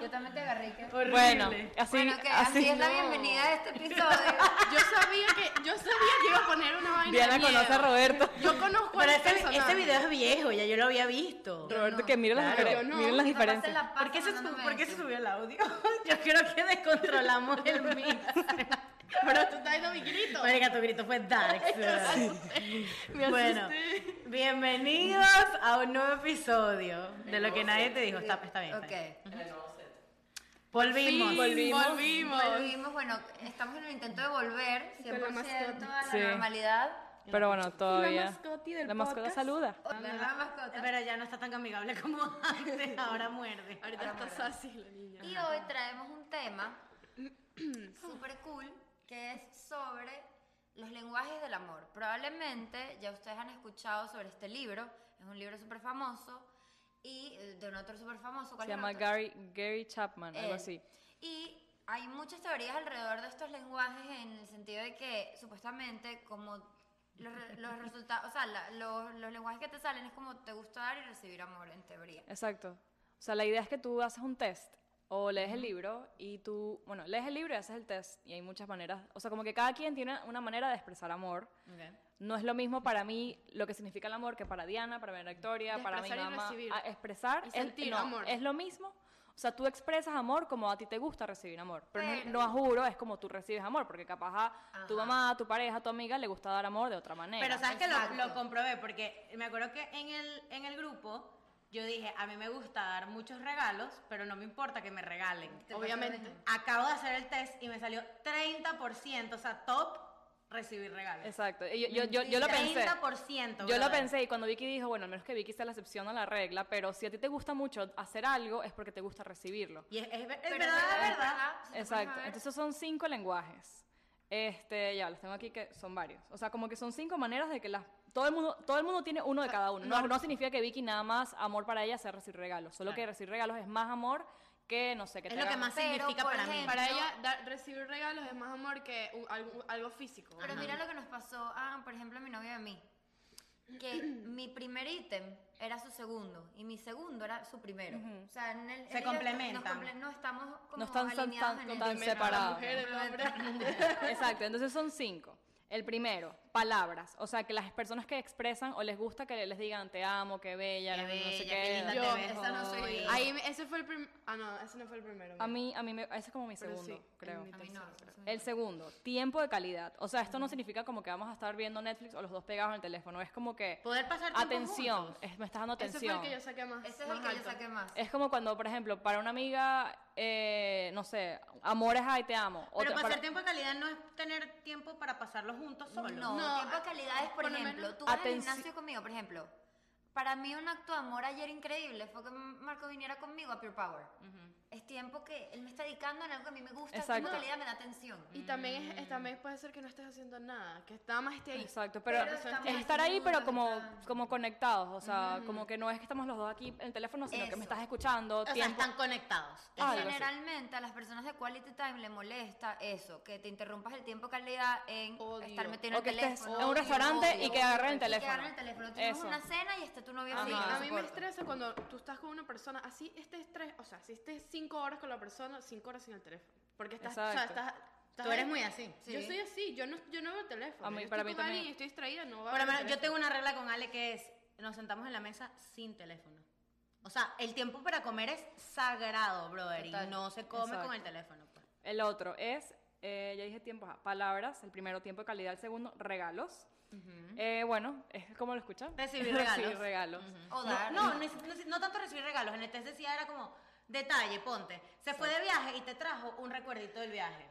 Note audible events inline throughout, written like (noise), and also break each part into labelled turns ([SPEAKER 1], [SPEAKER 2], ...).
[SPEAKER 1] yo también te agarré. ¿qué?
[SPEAKER 2] Horrible.
[SPEAKER 3] Bueno, así,
[SPEAKER 1] bueno, que así,
[SPEAKER 3] así,
[SPEAKER 1] es la
[SPEAKER 3] no.
[SPEAKER 1] bienvenida
[SPEAKER 3] (laughs)
[SPEAKER 1] de este episodio.
[SPEAKER 2] Yo sabía que yo sabía que iba a poner una vaina.
[SPEAKER 3] Diana
[SPEAKER 2] de miedo.
[SPEAKER 3] conoce a Roberto.
[SPEAKER 2] Yo conozco
[SPEAKER 4] Pero
[SPEAKER 2] a
[SPEAKER 4] este,
[SPEAKER 2] personaje.
[SPEAKER 4] este video es viejo, ya yo lo había visto.
[SPEAKER 3] Roberto, que miren las,
[SPEAKER 4] Claro,
[SPEAKER 3] diferen-
[SPEAKER 2] yo no.
[SPEAKER 3] miren las
[SPEAKER 1] Mi papá se
[SPEAKER 3] diferencias.
[SPEAKER 1] la pasa
[SPEAKER 4] ¿Por qué, se,
[SPEAKER 1] mandándome
[SPEAKER 4] sub- por qué se
[SPEAKER 1] eso.
[SPEAKER 4] subió el audio? (laughs) Yo creo que descontrolamos el mío.
[SPEAKER 2] (laughs) Pero tú estás viendo mi grito.
[SPEAKER 4] Marica, tu grito fue dark.
[SPEAKER 2] Me
[SPEAKER 4] Bueno,
[SPEAKER 2] asusté.
[SPEAKER 4] bienvenidos a un nuevo episodio de lo que nadie te dijo. Está, está bien. está bien.
[SPEAKER 1] Ok,
[SPEAKER 4] Volvimos.
[SPEAKER 2] Sí,
[SPEAKER 3] volvimos.
[SPEAKER 2] volvimos.
[SPEAKER 1] volvimos, pues bueno, estamos en el intento de volver,
[SPEAKER 2] Con la
[SPEAKER 1] 100% a la
[SPEAKER 3] Sí.
[SPEAKER 1] normalidad.
[SPEAKER 3] Pero bueno, todavía.
[SPEAKER 2] mascoti del
[SPEAKER 3] la mascota
[SPEAKER 2] podcast.
[SPEAKER 3] saluda.
[SPEAKER 1] La mascota.
[SPEAKER 4] Pero ya no está tan amigable como (laughs) antes, ahora muerde.
[SPEAKER 2] Ahorita está sassy la niña.
[SPEAKER 1] Y hoy traemos un
[SPEAKER 3] (clears throat)
[SPEAKER 1] tema super cool que es sobre los lenguajes del amor. Probablemente ya ustedes han escuchado sobre este libro, es un libro súper famoso y eh, de un otro súper famoso. ¿cuál
[SPEAKER 3] Se
[SPEAKER 1] es el
[SPEAKER 3] llama
[SPEAKER 1] otro?
[SPEAKER 3] Gary, Gary Chapman, algo
[SPEAKER 1] Él.
[SPEAKER 3] así.
[SPEAKER 1] Eh, Y hay muchas teorías alrededor de estos lenguajes en el sentido de que supuestamente como los, re-
[SPEAKER 3] (laughs)
[SPEAKER 1] los resultados, o sea, la- los, los lenguajes que te salen es como te gusta dar y recibir amor en teoría.
[SPEAKER 3] Exacto. O sea, la idea es que tú haces un test o lees el libro y tú, bueno, lees el libro y haces el test y hay muchas maneras. O sea, como que cada quien tiene una manera de expresar amor. No es lo mismo para mí lo que significa el amor que para Diana, para María Victoria,
[SPEAKER 2] De
[SPEAKER 3] para mi
[SPEAKER 2] expresar y
[SPEAKER 3] mamá.
[SPEAKER 2] recibir.
[SPEAKER 3] Ah, expresar
[SPEAKER 2] Y
[SPEAKER 3] es-
[SPEAKER 2] sentir
[SPEAKER 3] no,
[SPEAKER 2] amor.
[SPEAKER 3] es lo mismo. O sea, tú expresas amor como a ti te gusta recibir amor. Pero, no-
[SPEAKER 1] Pero-
[SPEAKER 3] no, a juro es como tú recibes amor, porque capaz a tu
[SPEAKER 1] Ajá.
[SPEAKER 3] mamá, a tu pareja, a tu amiga le gusta dar amor de otra manera.
[SPEAKER 4] Pero sabes que lo,
[SPEAKER 1] Exacto.
[SPEAKER 4] lo comprobé porque me acuerdo que en el, en el grupo yo dije, a mí me gusta dar muchos regalos, pero no me importa que me regalen.
[SPEAKER 1] Te pasa lo
[SPEAKER 2] Obviamente.
[SPEAKER 1] mismo.
[SPEAKER 4] Acabo de hacer el test y me salió 30%, o sea, top recibir regalos.
[SPEAKER 3] Exacto. Y Yo, yo, yo, yo lo pensé.
[SPEAKER 4] 30%.
[SPEAKER 3] Yo lo
[SPEAKER 4] brother.
[SPEAKER 3] pensé y cuando Vicky dijo, bueno, al menos que Vicky sea la excepción a la regla, pero si a ti te gusta mucho hacer algo es porque te gusta recibirlo.
[SPEAKER 4] Y es, es ver- es
[SPEAKER 1] Pero
[SPEAKER 4] verdad,
[SPEAKER 1] si te
[SPEAKER 4] es
[SPEAKER 1] das
[SPEAKER 4] verdad.
[SPEAKER 1] si te pones a
[SPEAKER 3] Exacto.
[SPEAKER 1] ver,
[SPEAKER 3] Entonces son cinco lenguajes. Este, ya los tengo aquí que son varios. O sea, como que son cinco maneras de que las todo el mundo todo el mundo tiene
[SPEAKER 4] Ah,
[SPEAKER 3] uno de cada uno. No, no significa que Vicky nada más amor para ella sea recibir regalos, solo
[SPEAKER 4] Claro.
[SPEAKER 3] que recibir regalos es más amor que no sé, que
[SPEAKER 4] Es
[SPEAKER 3] te
[SPEAKER 4] lo que
[SPEAKER 3] hagan-
[SPEAKER 4] más
[SPEAKER 1] Pero,
[SPEAKER 4] significa
[SPEAKER 1] por
[SPEAKER 4] para mí.
[SPEAKER 1] ejemplo,
[SPEAKER 2] Para
[SPEAKER 1] No.
[SPEAKER 2] ella dar- recibir regalos es más amor que un- algo, algo físico.
[SPEAKER 1] Pero mira lo que nos pasó a, por ejemplo, a mi novio y a mí. Que
[SPEAKER 3] (coughs)
[SPEAKER 1] mi primer ítem era su segundo y mi segundo era su primero. O sea, en el,
[SPEAKER 4] Se
[SPEAKER 1] él y yo nos-
[SPEAKER 4] complementan.
[SPEAKER 1] Nos comple- no estamos como
[SPEAKER 3] No están tan-
[SPEAKER 1] alineados
[SPEAKER 3] tan-
[SPEAKER 1] en
[SPEAKER 3] tan
[SPEAKER 1] eso.
[SPEAKER 3] separados.
[SPEAKER 2] La mujer, el hombre.
[SPEAKER 3] (laughs) Exacto, entonces son cinco. El primero, palabras, o sea, que las personas que expresan o les gusta que les digan te amo, que bella,
[SPEAKER 4] Qué
[SPEAKER 3] no
[SPEAKER 4] bella,
[SPEAKER 3] sé
[SPEAKER 4] qué linda
[SPEAKER 3] qué.
[SPEAKER 4] te
[SPEAKER 2] Yo,
[SPEAKER 4] ves
[SPEAKER 2] esa no soy
[SPEAKER 4] hoy.
[SPEAKER 2] yo. Ahí, me- ese fue el primer. Ah, no, ese no fue el primero.
[SPEAKER 3] A mí, a mí me, ese es como mi
[SPEAKER 2] Pero
[SPEAKER 3] segundo,
[SPEAKER 2] sí, el
[SPEAKER 3] creo.
[SPEAKER 2] mío.
[SPEAKER 1] A mí no, eso me-
[SPEAKER 3] El segundo, tiempo de calidad. O sea, esto no significa como que vamos a estar viendo Netflix o los dos pegados en el teléfono. Es como que
[SPEAKER 4] Poder pasar tiempo
[SPEAKER 3] atención,
[SPEAKER 4] juntos.
[SPEAKER 3] es- me estás dando
[SPEAKER 2] Ese fue el
[SPEAKER 3] atención.
[SPEAKER 2] que yo saqué más.
[SPEAKER 1] Ese es el
[SPEAKER 2] más
[SPEAKER 1] que yo
[SPEAKER 2] alto.
[SPEAKER 1] saqué más.
[SPEAKER 3] Es como cuando, por ejemplo, para una amiga, eh, no sé, amor es ay, te amo.
[SPEAKER 4] Pero
[SPEAKER 3] Otra-
[SPEAKER 4] pasar
[SPEAKER 3] para-
[SPEAKER 4] tiempo de calidad no es tener tiempo para pasarlo juntos solos.
[SPEAKER 1] No,
[SPEAKER 2] No,
[SPEAKER 1] tiempo de
[SPEAKER 2] a-
[SPEAKER 1] calidad es, por,
[SPEAKER 2] por lo
[SPEAKER 1] ejemplo,
[SPEAKER 2] menos
[SPEAKER 1] tú vas al
[SPEAKER 3] atenci-
[SPEAKER 1] gimnasio conmigo, por ejemplo. Para mí un acto de amor ayer increíble fue que Marco viniera conmigo a Pure Power. Es tiempo que él me está dedicando en algo que a mí me gusta,
[SPEAKER 3] Exacto.
[SPEAKER 1] en calidad me da atención.
[SPEAKER 2] Y también, es, es- también puede ser que no estés haciendo nada, que nada más esté ahí.
[SPEAKER 3] Exacto, pero,
[SPEAKER 1] Pero estamos
[SPEAKER 3] es estar ahí, pero
[SPEAKER 1] juntos,
[SPEAKER 3] como,
[SPEAKER 1] estamos-
[SPEAKER 3] como conectados. O sea, como que no es que estamos los dos aquí en el teléfono, sino que
[SPEAKER 1] Eso.
[SPEAKER 3] me estás escuchando.
[SPEAKER 4] O sea,
[SPEAKER 3] tiempo. Ah.
[SPEAKER 4] están conectados.
[SPEAKER 3] Algo así.
[SPEAKER 1] Generalmente a las personas de quality time le molesta eso, que te interrumpas el tiempo de calidad en
[SPEAKER 2] Odio.
[SPEAKER 1] estar metido
[SPEAKER 3] o
[SPEAKER 1] en
[SPEAKER 3] que
[SPEAKER 1] el
[SPEAKER 3] estés
[SPEAKER 1] teléfono.
[SPEAKER 3] en un
[SPEAKER 1] odio,
[SPEAKER 3] restaurante
[SPEAKER 1] odio,
[SPEAKER 3] y que agarren
[SPEAKER 1] odio,
[SPEAKER 3] el
[SPEAKER 1] y que
[SPEAKER 3] teléfono.
[SPEAKER 1] agarren el teléfono. Tú tienes
[SPEAKER 3] Eso.
[SPEAKER 1] una cena y está tu novio
[SPEAKER 2] A
[SPEAKER 1] así.
[SPEAKER 2] mí,
[SPEAKER 3] Ajá.
[SPEAKER 2] a mí me
[SPEAKER 1] Ah, soporto.
[SPEAKER 2] estresa cuando tú estás con una persona, así estés tres, o sea, si estés cinco horas con la persona, cinco horas sin el teléfono. Porque estás, o sea,
[SPEAKER 3] Exacto.
[SPEAKER 2] estás, estás
[SPEAKER 4] Tú eres
[SPEAKER 2] ahí.
[SPEAKER 4] muy así.
[SPEAKER 1] Sí.
[SPEAKER 2] Yo soy así, yo no, yo no veo el teléfono.
[SPEAKER 3] A mí-
[SPEAKER 2] yo
[SPEAKER 3] para
[SPEAKER 2] estoy
[SPEAKER 3] mí
[SPEAKER 2] con alguien
[SPEAKER 3] también.
[SPEAKER 2] y estoy distraída, no
[SPEAKER 4] Por
[SPEAKER 2] va
[SPEAKER 4] lo
[SPEAKER 2] a ver el
[SPEAKER 4] menos yo tengo
[SPEAKER 2] teléfono.
[SPEAKER 4] una regla con Ale que es, nos sentamos en la mesa sin teléfono. O sea, el tiempo para comer es sagrado, brother,
[SPEAKER 1] Total.
[SPEAKER 4] y no se come con el
[SPEAKER 3] Exacto.
[SPEAKER 4] teléfono. pues.
[SPEAKER 3] El otro es, eh, ya dije tiempo, ajá, palabras, el primero tiempo de calidad, el segundo regalos. Eh, bueno, es como lo escuchan. (laughs)
[SPEAKER 4] Recibir regalos.
[SPEAKER 3] regalos.
[SPEAKER 4] No,
[SPEAKER 1] O dar.
[SPEAKER 4] no, no, es- no tanto recibir regalos, en el test decía era como, detalle, ponte, se fue de viaje y te trajo un recuerdito del viaje.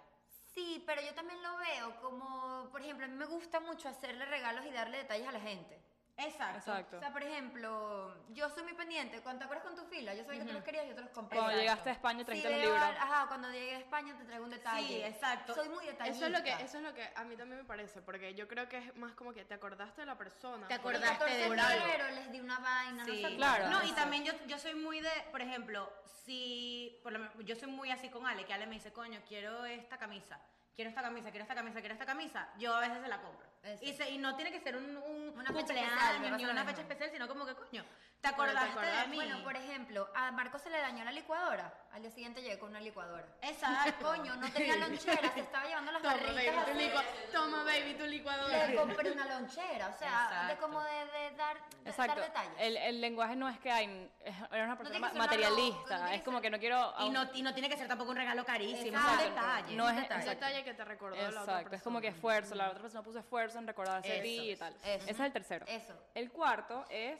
[SPEAKER 1] Sí, pero yo también lo veo como, por ejemplo, a mí me gusta mucho hacerle regalos y darle detalles a la gente.
[SPEAKER 4] Exacto.
[SPEAKER 3] Exacto.
[SPEAKER 1] O sea, por ejemplo, yo soy muy pendiente. Cuando te acuerdas con tu fila, yo sabía que tú los querías y yo te los compré.
[SPEAKER 3] Cuando
[SPEAKER 1] Exacto.
[SPEAKER 3] llegaste a España, trajiste
[SPEAKER 1] Sí,
[SPEAKER 3] los
[SPEAKER 1] veo
[SPEAKER 3] libros.
[SPEAKER 1] al- Ajá, cuando llegué a España te traigo un detalle.
[SPEAKER 4] Sí, exacto.
[SPEAKER 1] Soy muy detallista.
[SPEAKER 2] Eso es, lo que, eso es lo que a mí también me parece, porque yo creo que es más como que te acordaste de la persona.
[SPEAKER 4] Te
[SPEAKER 1] El
[SPEAKER 2] porque-
[SPEAKER 4] acordaste
[SPEAKER 1] 14 de
[SPEAKER 4] de algo.
[SPEAKER 1] febrero les di una vaina, no
[SPEAKER 4] Sí.
[SPEAKER 1] sé qué.
[SPEAKER 3] Claro.
[SPEAKER 4] No, y
[SPEAKER 3] Exacto.
[SPEAKER 4] también yo, yo soy muy de, por ejemplo, si, por lo men- yo soy muy así con Ale, que Ale me dice, coño, quiero esta camisa. quiero esta camisa, quiero esta camisa, quiero esta camisa, yo a veces se la compro.
[SPEAKER 1] Eso.
[SPEAKER 4] Y, se- y no tiene que ser un, un
[SPEAKER 1] Una fecha especial,
[SPEAKER 4] cumpleaños
[SPEAKER 1] me
[SPEAKER 4] ni
[SPEAKER 1] pasa lo
[SPEAKER 4] una
[SPEAKER 1] mismo.
[SPEAKER 4] fecha especial, sino como que coño, ¿te
[SPEAKER 2] Pero te
[SPEAKER 4] acordaste, de
[SPEAKER 2] acordaste.
[SPEAKER 4] mí?
[SPEAKER 1] Bueno, por ejemplo, a Marco se le dañó la licuadora. Al día siguiente llegué con una licuadora.
[SPEAKER 4] Exacto.
[SPEAKER 1] Coño, no tenía lonchera, se estaba llevando las
[SPEAKER 2] Toma, baby,
[SPEAKER 1] barritas.
[SPEAKER 2] tu
[SPEAKER 1] así.
[SPEAKER 2] licua- Toma, baby, tu licuadora.
[SPEAKER 1] Le
[SPEAKER 3] (laughs)
[SPEAKER 1] compré una lonchera, o sea, de
[SPEAKER 4] Exacto.
[SPEAKER 1] como de, de dar, de
[SPEAKER 3] Exacto.
[SPEAKER 1] dar detalles.
[SPEAKER 3] El, el lenguaje no es que hay, es- eres una persona
[SPEAKER 1] tiene que
[SPEAKER 3] ma-
[SPEAKER 1] ser una
[SPEAKER 3] materialista.
[SPEAKER 1] roca, no tiene
[SPEAKER 3] es
[SPEAKER 1] que
[SPEAKER 3] como
[SPEAKER 1] ser-
[SPEAKER 3] que no quiero.
[SPEAKER 4] y, no, y no tiene que ser tampoco un regalo carísimo,
[SPEAKER 1] Exacto.
[SPEAKER 4] un detalle.
[SPEAKER 3] No es-
[SPEAKER 1] Un detalle.
[SPEAKER 2] Un detalle que te recordó la otra
[SPEAKER 3] Exacto, es como que
[SPEAKER 2] persona.
[SPEAKER 3] esfuerzo. La otra persona puso esfuerzo en recordarse de ti y
[SPEAKER 1] Eso, Eh.
[SPEAKER 3] tal.
[SPEAKER 1] eso.
[SPEAKER 3] Ese es el tercero.
[SPEAKER 1] Eso.
[SPEAKER 3] El cuarto es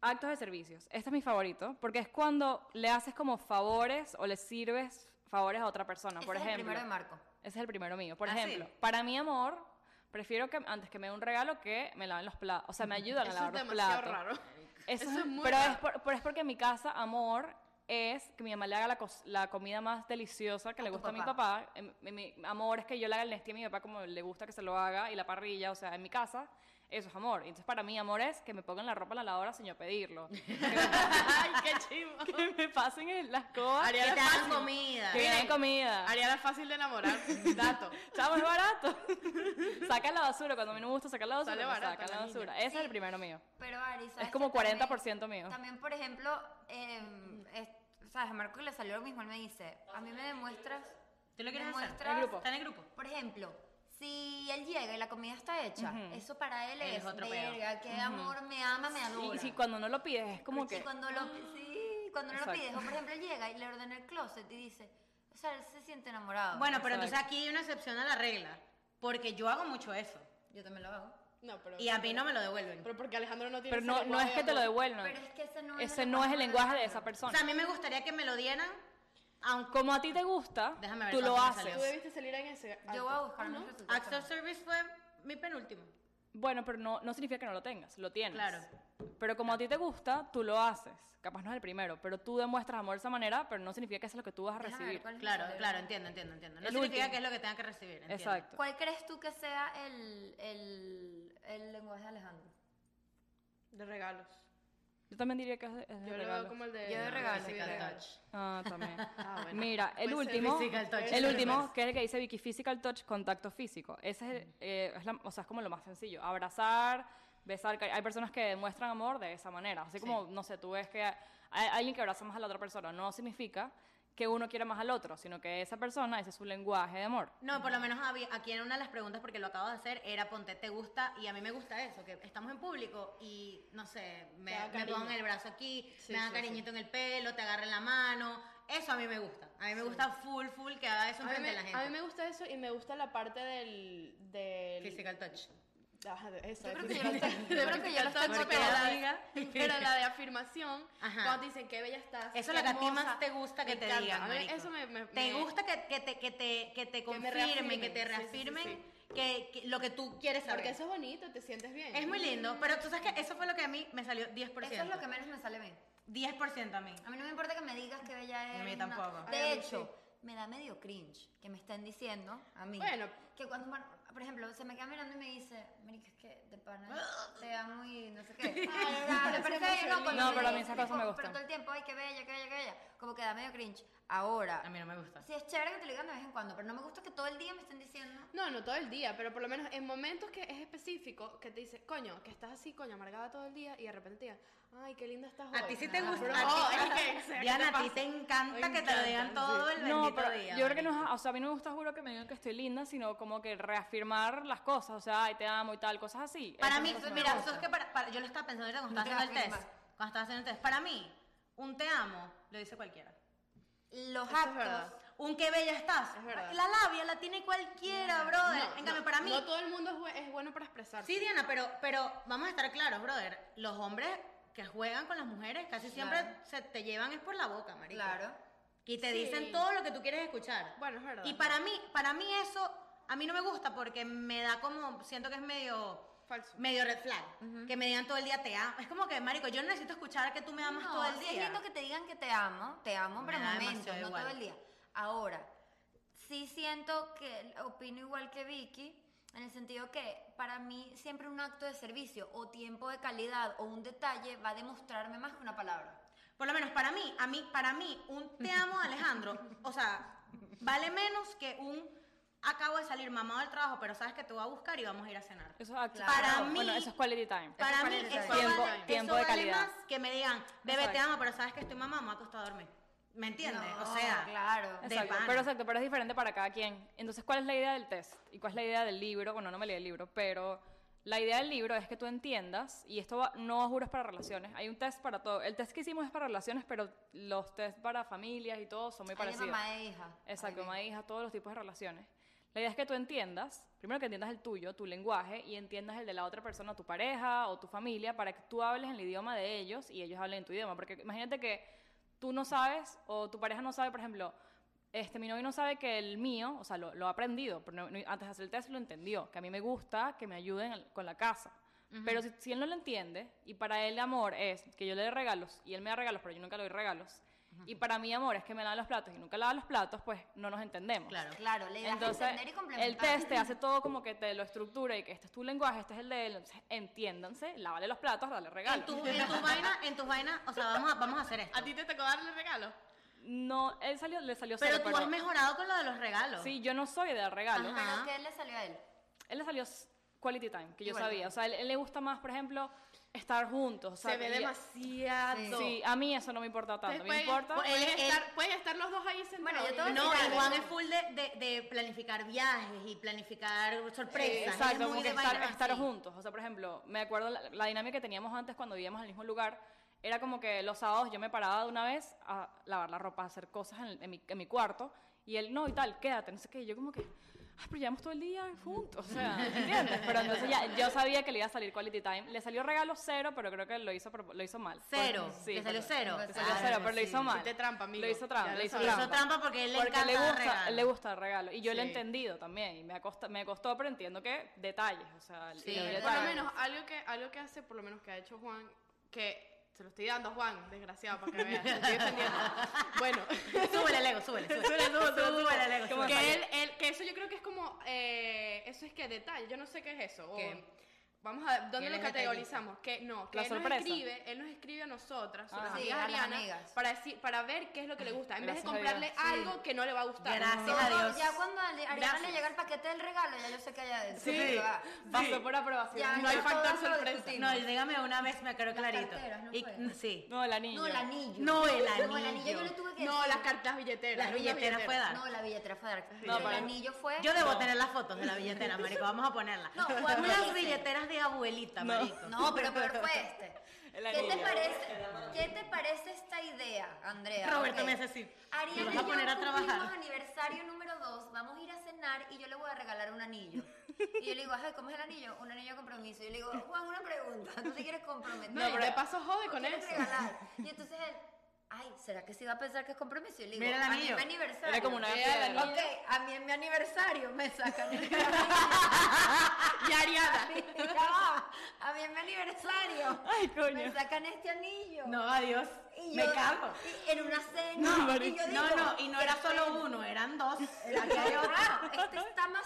[SPEAKER 3] actos de servicios. Este es mi favorito porque es cuando le haces como favores o le sirves favores a otra persona.
[SPEAKER 1] Ese
[SPEAKER 3] Por
[SPEAKER 1] es el
[SPEAKER 3] ejemplo,
[SPEAKER 1] primero de Marco.
[SPEAKER 3] ese es el primero mío. Por
[SPEAKER 4] Ah, ¿sí?
[SPEAKER 3] ejemplo, para mi amor, prefiero que antes que me den un regalo que me laven los platos. O sea, me ayudan a
[SPEAKER 2] Eso
[SPEAKER 3] lavar
[SPEAKER 2] es
[SPEAKER 3] los
[SPEAKER 2] demasiado
[SPEAKER 3] platos.
[SPEAKER 2] raro. (laughs)
[SPEAKER 3] Eso,
[SPEAKER 2] Eso
[SPEAKER 3] es
[SPEAKER 2] es muy
[SPEAKER 3] pero
[SPEAKER 2] raro.
[SPEAKER 3] es, por- pero es porque en mi casa, amor, es que mi mamá le haga la, cos- la comida más deliciosa que le
[SPEAKER 1] tu
[SPEAKER 3] gusta a mi
[SPEAKER 1] papá.
[SPEAKER 3] papá. Em, mi- mi- amor es que yo le haga el nestie a mi papá como le gusta que se lo haga y la parrilla, o sea, en mi casa. Eso es amor. Entonces, para mí, amor es que me pongan la ropa en la lavadora sin yo
[SPEAKER 2] (laughs)
[SPEAKER 3] pedirlo.
[SPEAKER 2] Ay, qué
[SPEAKER 3] (laughs)
[SPEAKER 2] chivo.
[SPEAKER 3] que me pasen en las cosas.
[SPEAKER 4] Que
[SPEAKER 2] Ariana
[SPEAKER 4] te hagan
[SPEAKER 2] fácil.
[SPEAKER 4] comida.
[SPEAKER 3] Que me den
[SPEAKER 2] Miren,
[SPEAKER 3] comida.
[SPEAKER 2] Ariana fácil de enamorar. Dato.
[SPEAKER 3] Chavo, es barato. (laughs) saca la basura. Cuando a mí no me gusta sacar la basura,
[SPEAKER 2] Sale
[SPEAKER 3] me
[SPEAKER 2] barato
[SPEAKER 3] sacan
[SPEAKER 2] la
[SPEAKER 3] la
[SPEAKER 2] niña.
[SPEAKER 3] basura. Ese es el
[SPEAKER 1] Sí.
[SPEAKER 3] primero mío.
[SPEAKER 1] Pero Ari, ¿sabes
[SPEAKER 3] Es como
[SPEAKER 1] qué? También-
[SPEAKER 3] 40% mío.
[SPEAKER 1] También, por ejemplo, em, es- ¿sabes? A Marco le salió lo mismo, él me dice, a mí me demuestras...
[SPEAKER 4] ¿Tú lo quieres
[SPEAKER 1] me
[SPEAKER 4] hacer?
[SPEAKER 1] muestras-
[SPEAKER 3] En el grupo.
[SPEAKER 4] Está en el grupo.
[SPEAKER 1] Por ejemplo, si él llega y la comida está hecha,
[SPEAKER 3] Ujú.
[SPEAKER 1] eso para él
[SPEAKER 4] Él
[SPEAKER 1] es,
[SPEAKER 4] es otro pedo.
[SPEAKER 1] verga, qué amor, me ama, me adora.
[SPEAKER 3] Y si cuando no lo pides, es como
[SPEAKER 1] Sí,
[SPEAKER 3] que.
[SPEAKER 1] cuando lo, sí, cuando no lo
[SPEAKER 3] Exacto.
[SPEAKER 1] pides, o por ejemplo, él llega y le ordena el closet y dice, o sea, él se siente enamorado.
[SPEAKER 4] Bueno, pero
[SPEAKER 3] Exacto.
[SPEAKER 4] entonces aquí hay una excepción a la regla, porque yo hago mucho eso
[SPEAKER 1] yo también lo hago.
[SPEAKER 2] No, pero.
[SPEAKER 4] y a mí no me lo devuelven.
[SPEAKER 2] Pero porque Alejandro no tiene.
[SPEAKER 3] Pero
[SPEAKER 2] ese
[SPEAKER 3] no, no
[SPEAKER 2] lenguaje
[SPEAKER 3] es que te lo
[SPEAKER 2] amor.
[SPEAKER 3] devuelvan.
[SPEAKER 1] Pero es que ese no es
[SPEAKER 3] Ese
[SPEAKER 1] el
[SPEAKER 3] no es el lenguaje de
[SPEAKER 1] lenguaje.
[SPEAKER 3] esa
[SPEAKER 4] O sea, a
[SPEAKER 3] persona.
[SPEAKER 4] mí me gustaría que me lo dieran, aunque
[SPEAKER 3] Como a ti te gusta,
[SPEAKER 4] Déjame ver
[SPEAKER 3] tú lo
[SPEAKER 4] cuánto me salió.
[SPEAKER 2] Tú
[SPEAKER 3] haces.
[SPEAKER 2] debiste salir en ese.
[SPEAKER 1] Yo voy a buscar mis resultados.
[SPEAKER 4] Acts of Service fue mi penúltimo.
[SPEAKER 3] Bueno, pero no, no significa que no lo tengas, lo tienes.
[SPEAKER 4] Claro.
[SPEAKER 3] Pero como a ti te gusta, tú lo haces. Capaz no es el primero, pero tú demuestras amor de esa manera, pero no significa que eso es lo que tú vas a
[SPEAKER 1] Déjame ver
[SPEAKER 3] recibir.
[SPEAKER 1] cuál es mi
[SPEAKER 4] Claro,
[SPEAKER 1] cerebro.
[SPEAKER 4] claro, entiendo, entiendo, entiendo. No
[SPEAKER 3] El
[SPEAKER 4] significa
[SPEAKER 3] último.
[SPEAKER 4] que es lo que tenga que recibir, entiendo.
[SPEAKER 3] Exacto.
[SPEAKER 1] ¿Cuál crees tú que sea el, el, el lenguaje de Alejandro?
[SPEAKER 2] De regalos.
[SPEAKER 3] Yo también diría que es de, es de
[SPEAKER 2] Yo lo
[SPEAKER 3] regalos.
[SPEAKER 2] veo como el
[SPEAKER 4] Eh,
[SPEAKER 2] de.
[SPEAKER 1] Yo de regalos,
[SPEAKER 2] recibir
[SPEAKER 1] yo de
[SPEAKER 2] regalos.
[SPEAKER 3] Ah, también.
[SPEAKER 2] Ah, bueno.
[SPEAKER 3] Mira, el
[SPEAKER 2] Puede ser
[SPEAKER 3] último,
[SPEAKER 4] physical touch.
[SPEAKER 3] el
[SPEAKER 4] Eso
[SPEAKER 3] último,
[SPEAKER 4] es.
[SPEAKER 3] que es el que dice Vicky Physical Touch, contacto físico. Ese es, eh, es la- o sea, es como lo más sencillo. Abrazar, besar. cari- Hay personas que demuestran amor de esa manera. Así como, no sé, tú ves que hay hay alguien que abraza más a la otra persona. No significa que uno quiera más al otro, sino que esa persona, ese es su lenguaje de amor.
[SPEAKER 4] No, por lo menos había- aquí en una de las preguntas, porque lo acabo de hacer, era ponte te gusta, y a mí me gusta eso, que estamos en público y, no sé, me,
[SPEAKER 2] Te da
[SPEAKER 4] me
[SPEAKER 2] cariño.
[SPEAKER 4] pongan el brazo aquí,
[SPEAKER 2] Sí,
[SPEAKER 4] me dan
[SPEAKER 2] sí,
[SPEAKER 4] cariñito en el pelo, te agarran la mano, eso a mí me gusta. A mí me gusta full, full que haga eso
[SPEAKER 2] A mí,
[SPEAKER 4] frente
[SPEAKER 2] me,
[SPEAKER 4] a la gente.
[SPEAKER 2] a mí me gusta eso y me gusta la parte del. del
[SPEAKER 4] Physical touch.
[SPEAKER 2] Ajá, de- eso,
[SPEAKER 1] Yo creo
[SPEAKER 2] eso
[SPEAKER 1] que yo
[SPEAKER 2] sí.
[SPEAKER 4] (laughs)
[SPEAKER 1] lo tengo- yo creo que yo lo
[SPEAKER 2] Physical touch,
[SPEAKER 1] tengo,
[SPEAKER 2] pero
[SPEAKER 1] pero-
[SPEAKER 2] la de- pero la de afirmación,
[SPEAKER 4] Ajá.
[SPEAKER 2] cuando te dicen qué bella estás.
[SPEAKER 4] Eso es lo
[SPEAKER 2] qué
[SPEAKER 4] que a ti
[SPEAKER 2] hermosa".
[SPEAKER 4] más te gusta que
[SPEAKER 2] Me
[SPEAKER 4] te
[SPEAKER 2] encanta.
[SPEAKER 4] digan,
[SPEAKER 2] A mí
[SPEAKER 4] marico.
[SPEAKER 2] Eso me. me-
[SPEAKER 4] ¿Te
[SPEAKER 2] me-
[SPEAKER 4] gusta que, que te, que te, que te
[SPEAKER 2] Que me
[SPEAKER 4] confirmen, que, te
[SPEAKER 2] reafirmen, sí, sí,
[SPEAKER 4] reafirmen
[SPEAKER 2] sí, sí.
[SPEAKER 4] Que, que lo que tú quieres saber?
[SPEAKER 2] Porque eso es bonito, te sientes bien.
[SPEAKER 4] Es muy lindo, pero tú sabes que eso fue lo que a mí me salió 10%.
[SPEAKER 1] Eso es lo que menos me sale a mí.
[SPEAKER 4] 10% a mí.
[SPEAKER 1] A mí no me importa que me digas que bella es.
[SPEAKER 4] A mí tampoco.
[SPEAKER 2] Ay,
[SPEAKER 1] De
[SPEAKER 2] a mí
[SPEAKER 1] hecho, me da medio cringe que me estén diciendo a mí.
[SPEAKER 2] Bueno.
[SPEAKER 1] Que cuando, Mar- por ejemplo, se me queda mirando y me dice, Marica, es que de pana te amo y no
[SPEAKER 3] (laughs)
[SPEAKER 1] sé qué. Ay, o sea, me
[SPEAKER 2] eso
[SPEAKER 1] parece
[SPEAKER 2] me hace
[SPEAKER 1] bello, cuando
[SPEAKER 2] No,
[SPEAKER 1] me
[SPEAKER 2] pero a mí
[SPEAKER 1] dicen,
[SPEAKER 3] esas cosas me
[SPEAKER 1] tipo,
[SPEAKER 3] gustan.
[SPEAKER 1] Pero todo el tiempo, ay, qué bella, qué bella, qué bella. Como que da medio cringe. Ahora,
[SPEAKER 4] A mí no me gusta.
[SPEAKER 1] sí es chévere que te lo digan de vez en cuando, pero no me gusta que todo el día me estén diciendo.
[SPEAKER 2] No, no todo el día, pero por lo menos en momentos que es específico, que te dice, coño, que estás así, coño, amargada todo el día, y de repente te digan, ay, qué linda estás hoy.
[SPEAKER 4] A ti sí te
[SPEAKER 2] Nah,
[SPEAKER 4] gusta.
[SPEAKER 2] bro,
[SPEAKER 4] (laughs) a ti-
[SPEAKER 2] Oh, es que, ¿qué
[SPEAKER 4] Ah, Diana, a ti
[SPEAKER 2] pasa?
[SPEAKER 4] te encanta
[SPEAKER 2] Me
[SPEAKER 4] que te lo digan
[SPEAKER 2] encanta,
[SPEAKER 4] todo
[SPEAKER 2] sí.
[SPEAKER 4] el bendito
[SPEAKER 3] No, pero
[SPEAKER 4] día.
[SPEAKER 3] yo creo que
[SPEAKER 4] marico.
[SPEAKER 3] no, es- o sea, a mí no me gusta, juro que me digan que estoy linda, sino como que reafirmar las cosas, o sea, ay, te amo y tal, cosas así.
[SPEAKER 4] Para
[SPEAKER 3] Esas
[SPEAKER 4] mí,
[SPEAKER 3] cosas me
[SPEAKER 4] mira,
[SPEAKER 3] gustan.
[SPEAKER 4] eso es que para, para- yo lo estaba pensando ahorita cuando
[SPEAKER 1] No te
[SPEAKER 4] estaba haciendo el
[SPEAKER 1] vas a
[SPEAKER 4] test. Cuando estaba haciendo el test. Para mí, un te amo lo dice cualquiera.
[SPEAKER 1] Los
[SPEAKER 2] Eso es
[SPEAKER 1] actos.
[SPEAKER 2] verdad.
[SPEAKER 4] Un qué bella estás.
[SPEAKER 2] Es verdad.
[SPEAKER 4] La labia la tiene cualquiera, brother.
[SPEAKER 2] No,
[SPEAKER 4] en cambio,
[SPEAKER 2] no,
[SPEAKER 4] para mí.
[SPEAKER 2] No todo el mundo es, bue- es bueno para expresarse.
[SPEAKER 4] Sí, Diana, pero, pero vamos a estar claros, brother. Los hombres que juegan con las mujeres casi siempre
[SPEAKER 1] Claro.
[SPEAKER 4] se te llevan es por la boca, marico.
[SPEAKER 1] Claro.
[SPEAKER 4] Y te
[SPEAKER 2] Sí.
[SPEAKER 4] dicen todo lo que tú quieres escuchar.
[SPEAKER 2] Bueno, es verdad.
[SPEAKER 4] Y para mí, para mí eso, a mí no me gusta porque me da como, siento que es medio,
[SPEAKER 2] Falso.
[SPEAKER 4] medio red flag. Que me digan todo el día te amo. Es como que, marico, yo no necesito escuchar que tú me amas
[SPEAKER 1] No,
[SPEAKER 4] todo el
[SPEAKER 1] sí
[SPEAKER 4] día.
[SPEAKER 1] Es lindo que te digan que te amo, te amo,
[SPEAKER 4] Me
[SPEAKER 1] pero
[SPEAKER 4] da
[SPEAKER 1] momentos,
[SPEAKER 4] demasiado
[SPEAKER 1] no
[SPEAKER 4] igual.
[SPEAKER 1] todo el día. Ahora, sí siento que opino igual que Vicky, en el sentido que para mí siempre un acto de servicio o tiempo de calidad o un detalle va a demostrarme más que una palabra.
[SPEAKER 4] Por lo menos para mí, a mí, para mí, un te amo Alejandro, o sea, vale menos que un acabo de salir mamado del trabajo, pero sabes que te voy a buscar y vamos a ir a cenar.
[SPEAKER 3] Eso es
[SPEAKER 1] Claro.
[SPEAKER 4] Para
[SPEAKER 3] bueno,
[SPEAKER 4] mí-
[SPEAKER 3] eso es quality time.
[SPEAKER 1] es
[SPEAKER 4] Para mí,
[SPEAKER 1] quality
[SPEAKER 4] eso
[SPEAKER 1] time.
[SPEAKER 4] vale-
[SPEAKER 3] Tiempo-
[SPEAKER 4] eso
[SPEAKER 3] tiempo de
[SPEAKER 4] vale
[SPEAKER 3] calidad.
[SPEAKER 4] más que me digan, bebé, te
[SPEAKER 3] Exacto.
[SPEAKER 4] amo, pero sabes que estoy mamá, me voy a acostar a dormir. ¿Me entiendes?
[SPEAKER 1] No,
[SPEAKER 4] o sea,
[SPEAKER 1] claro.
[SPEAKER 4] de
[SPEAKER 3] Exacto,
[SPEAKER 4] pana.
[SPEAKER 3] pero exacto, pero es diferente para cada quien. Entonces, ¿cuál es la idea del test? ¿Y cuál es la idea del libro? Bueno, no me leí el libro, pero la idea del libro es que tú entiendas, y esto va- no juro es para relaciones, hay un test para todo. El test que hicimos es para relaciones, pero los test para familias y todo son muy
[SPEAKER 1] Hay de
[SPEAKER 3] parecidos.
[SPEAKER 1] mamá e hija.
[SPEAKER 3] Exacto,
[SPEAKER 1] Ahí
[SPEAKER 3] mamá e hija, todos los tipos de relaciones. La idea es que tú entiendas, primero que entiendas el tuyo, tu lenguaje, y entiendas el de la otra persona, tu pareja o tu familia, para que tú hables en el idioma de ellos y ellos hablen en tu idioma. Porque imagínate que tú no sabes o tu pareja no sabe, por ejemplo, este, mi novio no sabe que el mío, o sea, lo, lo ha aprendido, pero no- no- antes de hacer el test lo entendió, que a mí me gusta que me ayuden al- con la casa. Pero si, si él no lo entiende, y para él amor es que yo le dé regalos, y él me da regalos, pero yo nunca le doy regalos, y para mí amor es que me lava los platos y nunca lava los platos, pues no nos entendemos.
[SPEAKER 4] Claro.
[SPEAKER 1] Claro, le das a
[SPEAKER 3] Entonces,
[SPEAKER 1] entender y complementar.
[SPEAKER 3] el test te hace todo como que te lo estructura y que este es tu lenguaje, este es el de él, entonces, entiéndanse, lávale los platos, dale
[SPEAKER 4] En
[SPEAKER 3] regalos.
[SPEAKER 4] tu, en tus vainas, en tus vainas, o sea, vamos a, vamos a hacer
[SPEAKER 3] (laughs)
[SPEAKER 4] esto.
[SPEAKER 2] ¿A ti te tocó darle regalo?
[SPEAKER 3] No, él salió, le salió
[SPEAKER 4] pero
[SPEAKER 3] cero,
[SPEAKER 4] tú has mejorado con lo de los regalos.
[SPEAKER 3] Sí, yo no soy de dar regalos.
[SPEAKER 4] Ajá.
[SPEAKER 1] Pero ¿qué le salió a él?
[SPEAKER 3] Él le salió s- quality time, que yo
[SPEAKER 1] Igual.
[SPEAKER 3] sabía. O sea, él, él le gusta más, por ejemplo, estar juntos. o sea,
[SPEAKER 2] Se ve
[SPEAKER 3] y-
[SPEAKER 2] demasiado.
[SPEAKER 3] Sí, a mí eso no me importa tanto.
[SPEAKER 2] Ustedes
[SPEAKER 3] Me
[SPEAKER 2] pueden-
[SPEAKER 3] importa.
[SPEAKER 4] pues,
[SPEAKER 2] Pueden
[SPEAKER 4] Él- él-
[SPEAKER 2] estar, pueden estar los dos ahí sentados.
[SPEAKER 1] yo te voy a
[SPEAKER 4] No,
[SPEAKER 1] Sí,
[SPEAKER 4] y
[SPEAKER 1] claro.
[SPEAKER 4] Juan es full de, de- de planificar viajes y planificar sorpresas. Él es
[SPEAKER 3] Exacto,
[SPEAKER 4] muy
[SPEAKER 3] como
[SPEAKER 4] de
[SPEAKER 3] que estar,
[SPEAKER 4] vainas
[SPEAKER 3] estar
[SPEAKER 4] así.
[SPEAKER 3] juntos. O sea, por ejemplo, me acuerdo la, la dinámica que teníamos antes cuando vivíamos en el mismo lugar. Era como que los sábados yo me paraba de una vez a lavar la ropa, a hacer cosas en, en mi, en mi cuarto. Y él, no, y tal, quédate, no sé qué. Y yo como que, ah, pero llevamos todo el día juntos, o
[SPEAKER 4] (laughs)
[SPEAKER 3] sea, ¿entiendes? Pero entonces ya, yo sabía que le iba a salir quality time. Le salió regalo cero, pero creo que lo hizo, a propo- lo hizo mal.
[SPEAKER 4] Cero.
[SPEAKER 3] Sí,
[SPEAKER 4] le salió
[SPEAKER 3] porque-
[SPEAKER 4] cero.
[SPEAKER 1] le
[SPEAKER 3] le salió
[SPEAKER 4] Ah,
[SPEAKER 3] cero, pero lo hizo mal.
[SPEAKER 2] Hiciste trampa, amigo.
[SPEAKER 3] Lo hizo trampa,
[SPEAKER 2] Ya
[SPEAKER 3] le
[SPEAKER 2] lo
[SPEAKER 3] hizo
[SPEAKER 2] sabes.
[SPEAKER 4] Le
[SPEAKER 3] trampa.
[SPEAKER 4] hizo trampa porque él le
[SPEAKER 3] Porque
[SPEAKER 4] encanta
[SPEAKER 3] le
[SPEAKER 4] dar
[SPEAKER 3] gusta,
[SPEAKER 4] regalos.
[SPEAKER 3] le gusta el regalo. Y yo lo he
[SPEAKER 2] Sí.
[SPEAKER 3] entendido también. Y me, acosta- me costó, pero entiendo que detalles. O sea,
[SPEAKER 4] Sí,
[SPEAKER 3] le
[SPEAKER 4] por
[SPEAKER 3] doy
[SPEAKER 2] Por lo
[SPEAKER 3] detalles.
[SPEAKER 2] menos, algo que, algo que hace, por lo menos que ha hecho Juan, que se lo estoy dando a Juan, desgraciado, para que vean, lo estoy defendiendo. Bueno,
[SPEAKER 4] (laughs) Súbele el ego, súbele.
[SPEAKER 3] (laughs)
[SPEAKER 4] Súbele, súbele, súbele el ego.
[SPEAKER 3] ¿Cómo
[SPEAKER 4] súbele.
[SPEAKER 2] que, él, él- que eso yo creo que es como, eh, eso es que detalle, yo no sé qué es eso. o-
[SPEAKER 4] ¿Qué?
[SPEAKER 2] Vamos a
[SPEAKER 4] Que
[SPEAKER 2] ¿dónde
[SPEAKER 4] él
[SPEAKER 2] lo
[SPEAKER 4] es detallista.
[SPEAKER 2] categorizamos? Que no, que
[SPEAKER 3] La
[SPEAKER 2] él
[SPEAKER 3] sorpresa.
[SPEAKER 2] nos escribe, él nos escribe a nosotras, sus
[SPEAKER 3] Ah.
[SPEAKER 2] amigas
[SPEAKER 1] Sí, a las
[SPEAKER 2] arianas,
[SPEAKER 1] amigas.
[SPEAKER 2] para, decir- para ver qué es lo que le gusta, en vez de
[SPEAKER 3] Gracias a Dios.
[SPEAKER 2] comprarle algo que no le va a gustar.
[SPEAKER 4] Gracias.
[SPEAKER 1] Todo,
[SPEAKER 4] a Dios.
[SPEAKER 1] Ya cuando a Ari- Ariana le
[SPEAKER 4] Gracias.
[SPEAKER 1] llega el paquete del regalo, ya yo sé que allá ah, de
[SPEAKER 4] Sí.
[SPEAKER 3] Pasó por aprobación.
[SPEAKER 1] Ya,
[SPEAKER 2] No hay
[SPEAKER 1] ya
[SPEAKER 2] factor
[SPEAKER 1] todas lo
[SPEAKER 2] sorpresa.
[SPEAKER 1] discutimos.
[SPEAKER 4] No, y dígame una vez, me acuerdo clarito.
[SPEAKER 1] carteras, ¿no
[SPEAKER 4] Y-
[SPEAKER 1] fue?
[SPEAKER 4] sí.
[SPEAKER 3] No, el anillo.
[SPEAKER 1] No, el
[SPEAKER 3] (laughs)
[SPEAKER 1] anillo.
[SPEAKER 4] No, el
[SPEAKER 1] No, el anillo
[SPEAKER 4] anillo.
[SPEAKER 1] yo le tuve que
[SPEAKER 2] No,
[SPEAKER 1] decir.
[SPEAKER 2] las cartas billeteras.
[SPEAKER 4] Las
[SPEAKER 2] una
[SPEAKER 4] billeteras fue
[SPEAKER 2] billetera.
[SPEAKER 4] dar.
[SPEAKER 1] No, la billetera fue dark.
[SPEAKER 3] No,
[SPEAKER 1] el
[SPEAKER 3] para-
[SPEAKER 1] anillo fue...
[SPEAKER 4] Yo debo
[SPEAKER 3] No.
[SPEAKER 4] tener las fotos de la billetera, marico. Vamos a ponerlas.
[SPEAKER 1] No, Juan,
[SPEAKER 4] Unas
[SPEAKER 1] dice.
[SPEAKER 4] billeteras de abuelita, marico.
[SPEAKER 1] No, pero peor fue este.
[SPEAKER 4] (laughs)
[SPEAKER 3] El
[SPEAKER 1] ¿Qué te,
[SPEAKER 3] anillo.
[SPEAKER 1] parece, ¿Qué te parece esta idea, Andrea?
[SPEAKER 4] Roberto
[SPEAKER 1] Ok.
[SPEAKER 4] me hace así.
[SPEAKER 1] Ariana
[SPEAKER 4] Me vas a
[SPEAKER 1] y
[SPEAKER 4] poner
[SPEAKER 1] yo
[SPEAKER 4] a trabajar.
[SPEAKER 1] cumplimos aniversario número 2, vamos a ir a cenar y yo le voy a regalar un anillo. Y yo le digo, ay, ¿cómo es el anillo? Un anillo de compromiso. Y yo le digo, Juan, una pregunta, ¿tú te quieres comprometer?
[SPEAKER 2] No,
[SPEAKER 3] No,
[SPEAKER 2] y
[SPEAKER 3] pero-
[SPEAKER 2] de paso jode
[SPEAKER 1] ¿O
[SPEAKER 2] con
[SPEAKER 1] quieres
[SPEAKER 2] eso. (laughs)
[SPEAKER 1] regalar? Y entonces él, ay, ¿será que sí va a pensar que es compromiso? Y le digo,
[SPEAKER 4] Mira el
[SPEAKER 1] a mí
[SPEAKER 4] anillo.
[SPEAKER 1] es mi aniversario.
[SPEAKER 3] Era como una
[SPEAKER 2] Vea el
[SPEAKER 3] piedra.
[SPEAKER 1] Ok, a mí en mi aniversario me sacan el
[SPEAKER 4] (laughs)
[SPEAKER 2] Y Ariana.
[SPEAKER 1] Ya va, a mí es mi aniversario.
[SPEAKER 3] Ay, coño.
[SPEAKER 1] Me sacan este anillo.
[SPEAKER 4] No, adiós.
[SPEAKER 1] Y
[SPEAKER 4] Me
[SPEAKER 1] yo-
[SPEAKER 4] cago.
[SPEAKER 1] y- en una cena.
[SPEAKER 4] No,
[SPEAKER 1] y yo digo,
[SPEAKER 4] no, no, y no
[SPEAKER 1] qué
[SPEAKER 4] era solo
[SPEAKER 1] pena.
[SPEAKER 4] uno, eran dos.
[SPEAKER 1] Aquí
[SPEAKER 4] Aquí hay otro.
[SPEAKER 1] Este está más,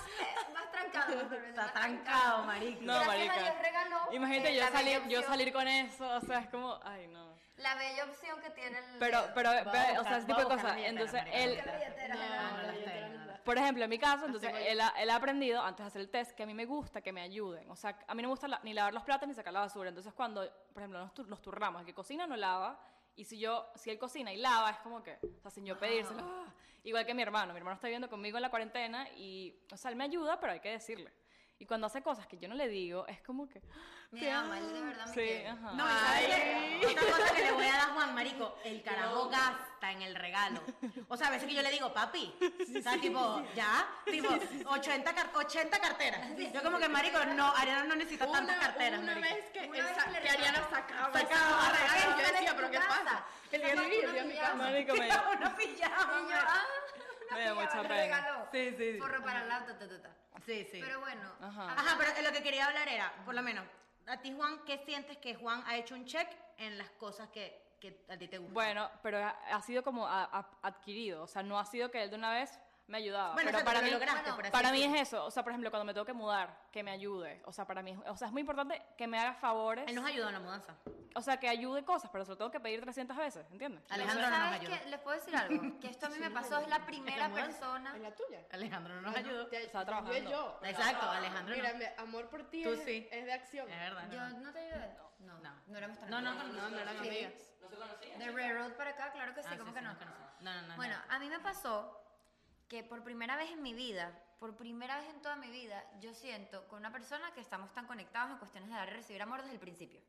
[SPEAKER 1] más trancado. más perverso,
[SPEAKER 4] Está
[SPEAKER 1] más
[SPEAKER 4] trancado, marico.
[SPEAKER 3] No,
[SPEAKER 1] Gracias
[SPEAKER 3] marica.
[SPEAKER 1] a Dios regaló,
[SPEAKER 3] Imagínate
[SPEAKER 1] eh,
[SPEAKER 3] yo,
[SPEAKER 1] la
[SPEAKER 3] salir,
[SPEAKER 1] bella
[SPEAKER 3] yo
[SPEAKER 1] opción.
[SPEAKER 3] salir con eso. O sea, es como, ay, no.
[SPEAKER 1] La bella opción que tiene el.
[SPEAKER 3] Pero, pero,
[SPEAKER 4] a
[SPEAKER 3] pero, o
[SPEAKER 4] buscar-
[SPEAKER 3] sea, ese
[SPEAKER 4] voy a
[SPEAKER 3] tipo de
[SPEAKER 4] buscar la
[SPEAKER 3] cosas.
[SPEAKER 4] billetera,
[SPEAKER 3] Entonces,
[SPEAKER 4] marica.
[SPEAKER 3] él,
[SPEAKER 1] La billetera,
[SPEAKER 4] No, no
[SPEAKER 1] la
[SPEAKER 4] las
[SPEAKER 1] billetera.
[SPEAKER 4] tengo, no las
[SPEAKER 3] Por ejemplo, en mi caso, entonces
[SPEAKER 2] voy yo.
[SPEAKER 3] él ha, él ha aprendido antes de hacer el test que a mí me gusta que me ayuden. O sea, a mí no me gusta la- ni lavar los platos ni sacar la basura. Entonces, cuando, por ejemplo, nos, tur- nos turramos, el que cocina no lava. Y si yo, si él cocina y lava, es como que, o sea, sin yo pedírselo. ¡ah! Igual que mi hermano. Mi hermano está viviendo conmigo en la cuarentena y, o sea, él me ayuda, pero hay que decirle. Y cuando hace cosas que yo no le digo, es como que.
[SPEAKER 1] Me
[SPEAKER 3] te
[SPEAKER 1] ama, él de verdad me
[SPEAKER 3] Sí,
[SPEAKER 1] quiere.
[SPEAKER 3] ajá.
[SPEAKER 4] No, y ¿sabes qué? otra cosa que le voy a dar a Juan Marico, el carajo gasta en el regalo. O sea, a veces que yo le digo, papi, o sea, tipo, ya, tipo, 80, car- 80 carteras. Yo como que, Marico, no, Ariana no necesita
[SPEAKER 2] Una,
[SPEAKER 4] tantas carteras,
[SPEAKER 2] una
[SPEAKER 4] marico.
[SPEAKER 2] vez que,
[SPEAKER 1] Una
[SPEAKER 2] él
[SPEAKER 1] vez
[SPEAKER 2] sa-
[SPEAKER 1] que le
[SPEAKER 2] que Ariana
[SPEAKER 1] regalaron.
[SPEAKER 2] sacaba,
[SPEAKER 4] Sacaba,
[SPEAKER 2] sacaba
[SPEAKER 1] Ay,
[SPEAKER 2] regalos,
[SPEAKER 1] ¿cuál
[SPEAKER 2] yo
[SPEAKER 1] es
[SPEAKER 2] decía,
[SPEAKER 1] tu
[SPEAKER 2] pero ¿qué
[SPEAKER 1] casa?
[SPEAKER 2] pasa? El
[SPEAKER 1] Yo
[SPEAKER 2] día de
[SPEAKER 1] saco una
[SPEAKER 2] mi vida en mi
[SPEAKER 1] pijama.
[SPEAKER 2] casa.
[SPEAKER 3] Marico, me-
[SPEAKER 4] Una pijama.
[SPEAKER 1] Y yo, ah, una
[SPEAKER 3] Me da
[SPEAKER 1] pijama
[SPEAKER 3] mucha
[SPEAKER 1] me
[SPEAKER 3] pena.
[SPEAKER 1] regaló.
[SPEAKER 4] Sí, sí, sí.
[SPEAKER 1] Forro para la ta, ta, ta, ta.
[SPEAKER 4] Sí, sí.
[SPEAKER 1] Pero bueno.
[SPEAKER 3] Ajá.
[SPEAKER 1] a-
[SPEAKER 4] Ajá, pero eh, lo que quería hablar era, por lo menos, a ti, Juan, ¿qué sientes que Juan ha hecho un check en las cosas que, que a ti te gustan?
[SPEAKER 3] Bueno, pero ha, ha sido como a- a- adquirido, o sea, no ha sido que él de una vez me ayudaba.
[SPEAKER 4] Bueno,
[SPEAKER 3] pero
[SPEAKER 4] exacto,
[SPEAKER 3] para
[SPEAKER 4] lo
[SPEAKER 3] mí,
[SPEAKER 4] lograste,
[SPEAKER 3] bueno,
[SPEAKER 4] por así
[SPEAKER 3] para mí
[SPEAKER 4] decirlo.
[SPEAKER 3] es eso, o sea, por ejemplo, cuando me tengo que mudar, que me ayude, o sea, para mí, es- o sea, es muy importante que me haga favores.
[SPEAKER 4] Él nos ayudó en la mudanza.
[SPEAKER 3] o sea, que ayude cosas, pero se lo tengo que pedir 300 veces, ¿entiendes?
[SPEAKER 1] Ah,
[SPEAKER 4] Alejandro
[SPEAKER 3] (laughs)
[SPEAKER 4] no nos
[SPEAKER 1] ¿Sabes
[SPEAKER 4] ayuda.
[SPEAKER 1] qué? Les puedo decir algo. Que
[SPEAKER 2] (laughs)
[SPEAKER 1] esto a mí me pasó, es la primera
[SPEAKER 4] mudanza,
[SPEAKER 1] persona.
[SPEAKER 2] Es la tuya.
[SPEAKER 4] Alejandro no nos ayuda.
[SPEAKER 2] Te-
[SPEAKER 3] Estaba
[SPEAKER 2] te
[SPEAKER 3] trabajando.
[SPEAKER 2] ayudé yo.
[SPEAKER 4] Exacto, Alejandro no.
[SPEAKER 2] Mira, mi amor por ti
[SPEAKER 4] Tú
[SPEAKER 2] es,
[SPEAKER 4] sí.
[SPEAKER 2] es de acción.
[SPEAKER 4] Es verdad.
[SPEAKER 1] Yo
[SPEAKER 4] no, no.
[SPEAKER 1] no te ayudé. No,
[SPEAKER 4] No.
[SPEAKER 1] no, no éramos tan
[SPEAKER 4] No, no,
[SPEAKER 1] amigas.
[SPEAKER 2] No, no eran
[SPEAKER 1] Sí.
[SPEAKER 2] amigas.
[SPEAKER 1] De Railroad para acá, claro que sí,
[SPEAKER 4] Ah, sí,
[SPEAKER 1] ¿cómo
[SPEAKER 4] sí,
[SPEAKER 1] que
[SPEAKER 4] nos conocemos. No, no, no.
[SPEAKER 1] Bueno,
[SPEAKER 4] no.
[SPEAKER 1] a mí me pasó que por primera vez en mi vida, por primera vez en toda mi vida, yo siento con una persona que estamos tan conectados en cuestiones de dar y recibir amor desde el principio.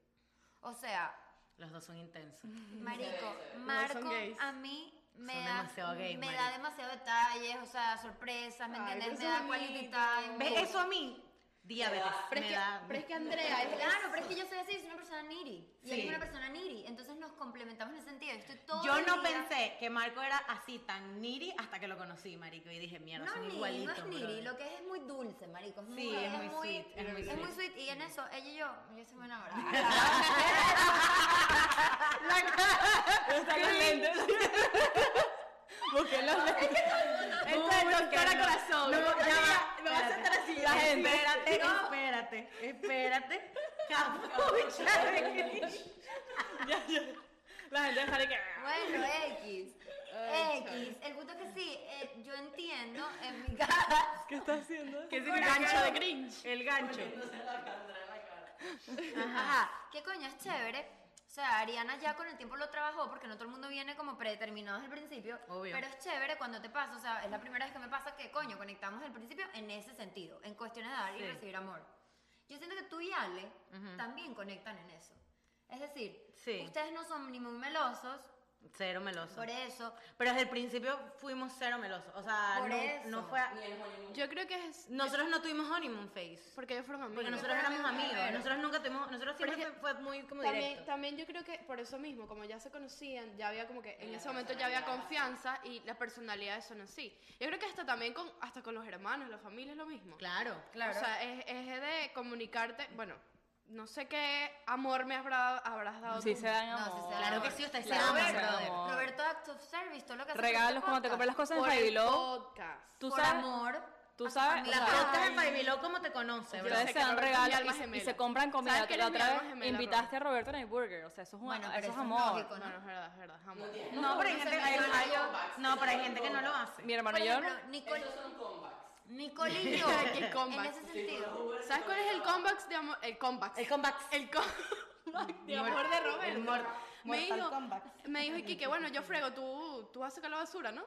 [SPEAKER 1] O
[SPEAKER 4] (laughs)
[SPEAKER 1] sea,
[SPEAKER 4] Los dos son intensos.
[SPEAKER 1] Marico,
[SPEAKER 2] No
[SPEAKER 1] Marco
[SPEAKER 2] son gays.
[SPEAKER 1] a mí me,
[SPEAKER 4] Son
[SPEAKER 1] da,
[SPEAKER 4] demasiado gay,
[SPEAKER 1] me da
[SPEAKER 4] marico.
[SPEAKER 1] demasiado detalles, o sea, sorpresas, ¿me
[SPEAKER 2] Ay,
[SPEAKER 1] entiendes? Me
[SPEAKER 2] pero eso
[SPEAKER 1] da
[SPEAKER 2] es
[SPEAKER 1] quality
[SPEAKER 2] bonito.
[SPEAKER 1] time.
[SPEAKER 4] ¿Ves eso a mí? Diabetes.
[SPEAKER 2] Pero es,
[SPEAKER 4] me
[SPEAKER 2] que,
[SPEAKER 4] da-
[SPEAKER 2] pero es que Andrea es
[SPEAKER 1] Claro, pero es que yo soy así, soy una persona niri. Y él
[SPEAKER 4] Sí.
[SPEAKER 1] es una persona niri. Entonces nos complementamos en ese sentido. Yo estoy todo
[SPEAKER 4] Yo
[SPEAKER 1] el
[SPEAKER 4] no
[SPEAKER 1] día-
[SPEAKER 4] pensé que Marco era así tan niri hasta que lo conocí, marico, y dije, mierda,
[SPEAKER 1] No,
[SPEAKER 4] son
[SPEAKER 1] niri, no
[SPEAKER 4] igualitos.
[SPEAKER 1] es niri.
[SPEAKER 4] brother".
[SPEAKER 1] Lo que es es muy dulce, marico. Es
[SPEAKER 4] Sí,
[SPEAKER 1] muy,
[SPEAKER 4] es muy sweet, es muy
[SPEAKER 1] Es muy
[SPEAKER 4] sweet.
[SPEAKER 1] sweet. Y en eso, ella y yo, yo soy muy enamorada.
[SPEAKER 4] (laughs)
[SPEAKER 3] Están los lentes. (laughs) Busqué los lentes.
[SPEAKER 4] Tú,
[SPEAKER 3] Esto es
[SPEAKER 4] porque
[SPEAKER 3] doctora
[SPEAKER 4] no-
[SPEAKER 3] corazón.
[SPEAKER 4] No, ya va,
[SPEAKER 3] Espérate.
[SPEAKER 4] me vas a sentar así.
[SPEAKER 3] La gente.
[SPEAKER 4] Espérate, espérate, (laughs) espérate. Capucha.
[SPEAKER 3] Ya, ya. La gente está de que...
[SPEAKER 1] Bueno, X. X. El punto es que sí, eh, yo entiendo en mi (laughs) casa.
[SPEAKER 3] ¿Qué está haciendo?
[SPEAKER 4] ¿Qué es
[SPEAKER 3] el gancho de Grinch?
[SPEAKER 4] El gancho.
[SPEAKER 1] Ajá. ¿Qué coño es chévere? O sea, Ariana ya con el tiempo lo trabajó porque no todo el mundo viene como predeterminado desde el principio.
[SPEAKER 4] Obvio.
[SPEAKER 1] Pero es chévere cuando te pasa. O sea, es la primera vez que me pasa que coño conectamos al principio en ese sentido, en cuestiones de dar
[SPEAKER 4] Sí.
[SPEAKER 1] y recibir amor. Yo siento que tú y Ale también conectan en eso. Es decir,
[SPEAKER 4] Sí.
[SPEAKER 1] ustedes no son ni muy melosos,
[SPEAKER 4] Cero meloso.
[SPEAKER 1] por eso.
[SPEAKER 4] Pero desde el principio fuimos cero melosos. O sea,
[SPEAKER 1] Por
[SPEAKER 4] no,
[SPEAKER 1] eso.
[SPEAKER 4] no fue. a-
[SPEAKER 2] Yo creo que es
[SPEAKER 4] Nosotros no tuvimos honeymoon phase.
[SPEAKER 2] porque ellos fueron amigos.
[SPEAKER 4] Porque nosotros éramos
[SPEAKER 1] fueron
[SPEAKER 4] amigos.
[SPEAKER 1] amigos.
[SPEAKER 4] Nosotros nunca tuvimos. Nosotros
[SPEAKER 2] Pero
[SPEAKER 4] siempre
[SPEAKER 2] es que
[SPEAKER 4] fue fue muy como
[SPEAKER 2] También,
[SPEAKER 4] directo.
[SPEAKER 2] también yo creo que por eso mismo, como ya se conocían, ya había como que en ese momento ya había confianza y las personalidades son así. Yo creo que hasta también con, hasta con los hermanos, la familia es lo mismo.
[SPEAKER 4] Claro.
[SPEAKER 1] Claro.
[SPEAKER 2] O sea, es, es de comunicarte, bueno, no sé qué amor me habrá- habrás dado
[SPEAKER 3] Sí
[SPEAKER 2] tú.
[SPEAKER 3] se dan
[SPEAKER 1] No, sí
[SPEAKER 3] amor.
[SPEAKER 1] se dan
[SPEAKER 4] Claro que
[SPEAKER 1] amor.
[SPEAKER 4] sí, ustedes se
[SPEAKER 1] Claro,
[SPEAKER 4] aman,
[SPEAKER 1] Roberto,
[SPEAKER 3] brother.
[SPEAKER 1] Roberto Act of Service, todo lo que hace
[SPEAKER 3] Regalos, como te compré las cosas en
[SPEAKER 2] Por el
[SPEAKER 3] Five Below.
[SPEAKER 2] podcast.
[SPEAKER 3] Tú
[SPEAKER 1] Por
[SPEAKER 3] sabes...
[SPEAKER 1] amor.
[SPEAKER 3] Tú
[SPEAKER 1] a su
[SPEAKER 3] sabes...
[SPEAKER 1] familia.
[SPEAKER 4] La
[SPEAKER 3] o sea,
[SPEAKER 4] podcast de Five Below, ¿cómo te conoce, bro?
[SPEAKER 2] Yo sé
[SPEAKER 3] Ustedes se
[SPEAKER 2] que
[SPEAKER 3] dan
[SPEAKER 2] Roberto es mi
[SPEAKER 3] regalos
[SPEAKER 2] alma
[SPEAKER 3] y- y,
[SPEAKER 2] gemela.
[SPEAKER 3] se compran comida.
[SPEAKER 2] ¿Sabes que
[SPEAKER 3] La
[SPEAKER 2] él es mi
[SPEAKER 3] otra
[SPEAKER 2] alma
[SPEAKER 3] vez
[SPEAKER 2] gemela,
[SPEAKER 3] invitaste a Roberto en el burger. O sea, eso es, un,
[SPEAKER 1] Bueno,
[SPEAKER 3] eso
[SPEAKER 1] pero eso
[SPEAKER 3] es
[SPEAKER 1] es
[SPEAKER 3] amor.
[SPEAKER 1] lógico,
[SPEAKER 2] Bueno, es verdad, es verdad,
[SPEAKER 4] No,
[SPEAKER 2] amor.
[SPEAKER 4] pero hay
[SPEAKER 1] no
[SPEAKER 4] gente,
[SPEAKER 1] se
[SPEAKER 4] hay-
[SPEAKER 1] menciona
[SPEAKER 4] hay-
[SPEAKER 1] yo.
[SPEAKER 4] no, pero hay gente que no lo hace.
[SPEAKER 3] Mi hermano
[SPEAKER 1] Por
[SPEAKER 3] y yo...
[SPEAKER 1] ejemplo, Nicole, Nicole
[SPEAKER 4] (laughs)
[SPEAKER 1] y yo,
[SPEAKER 2] ¿Qué
[SPEAKER 1] en
[SPEAKER 2] comebacks?
[SPEAKER 1] ese sentido,
[SPEAKER 2] ¿Sabes cuál es el comeback de amor? El comeback.
[SPEAKER 4] El comeback.
[SPEAKER 2] El (laughs) comeback de
[SPEAKER 4] Mor-
[SPEAKER 2] amor de
[SPEAKER 4] el
[SPEAKER 2] Roberto.
[SPEAKER 4] mor-
[SPEAKER 2] me
[SPEAKER 4] mortal
[SPEAKER 2] dijo,
[SPEAKER 4] comeback.
[SPEAKER 2] me dijo Iquique, bueno, yo frego, tú, tú vas a sacar la basura, ¿no?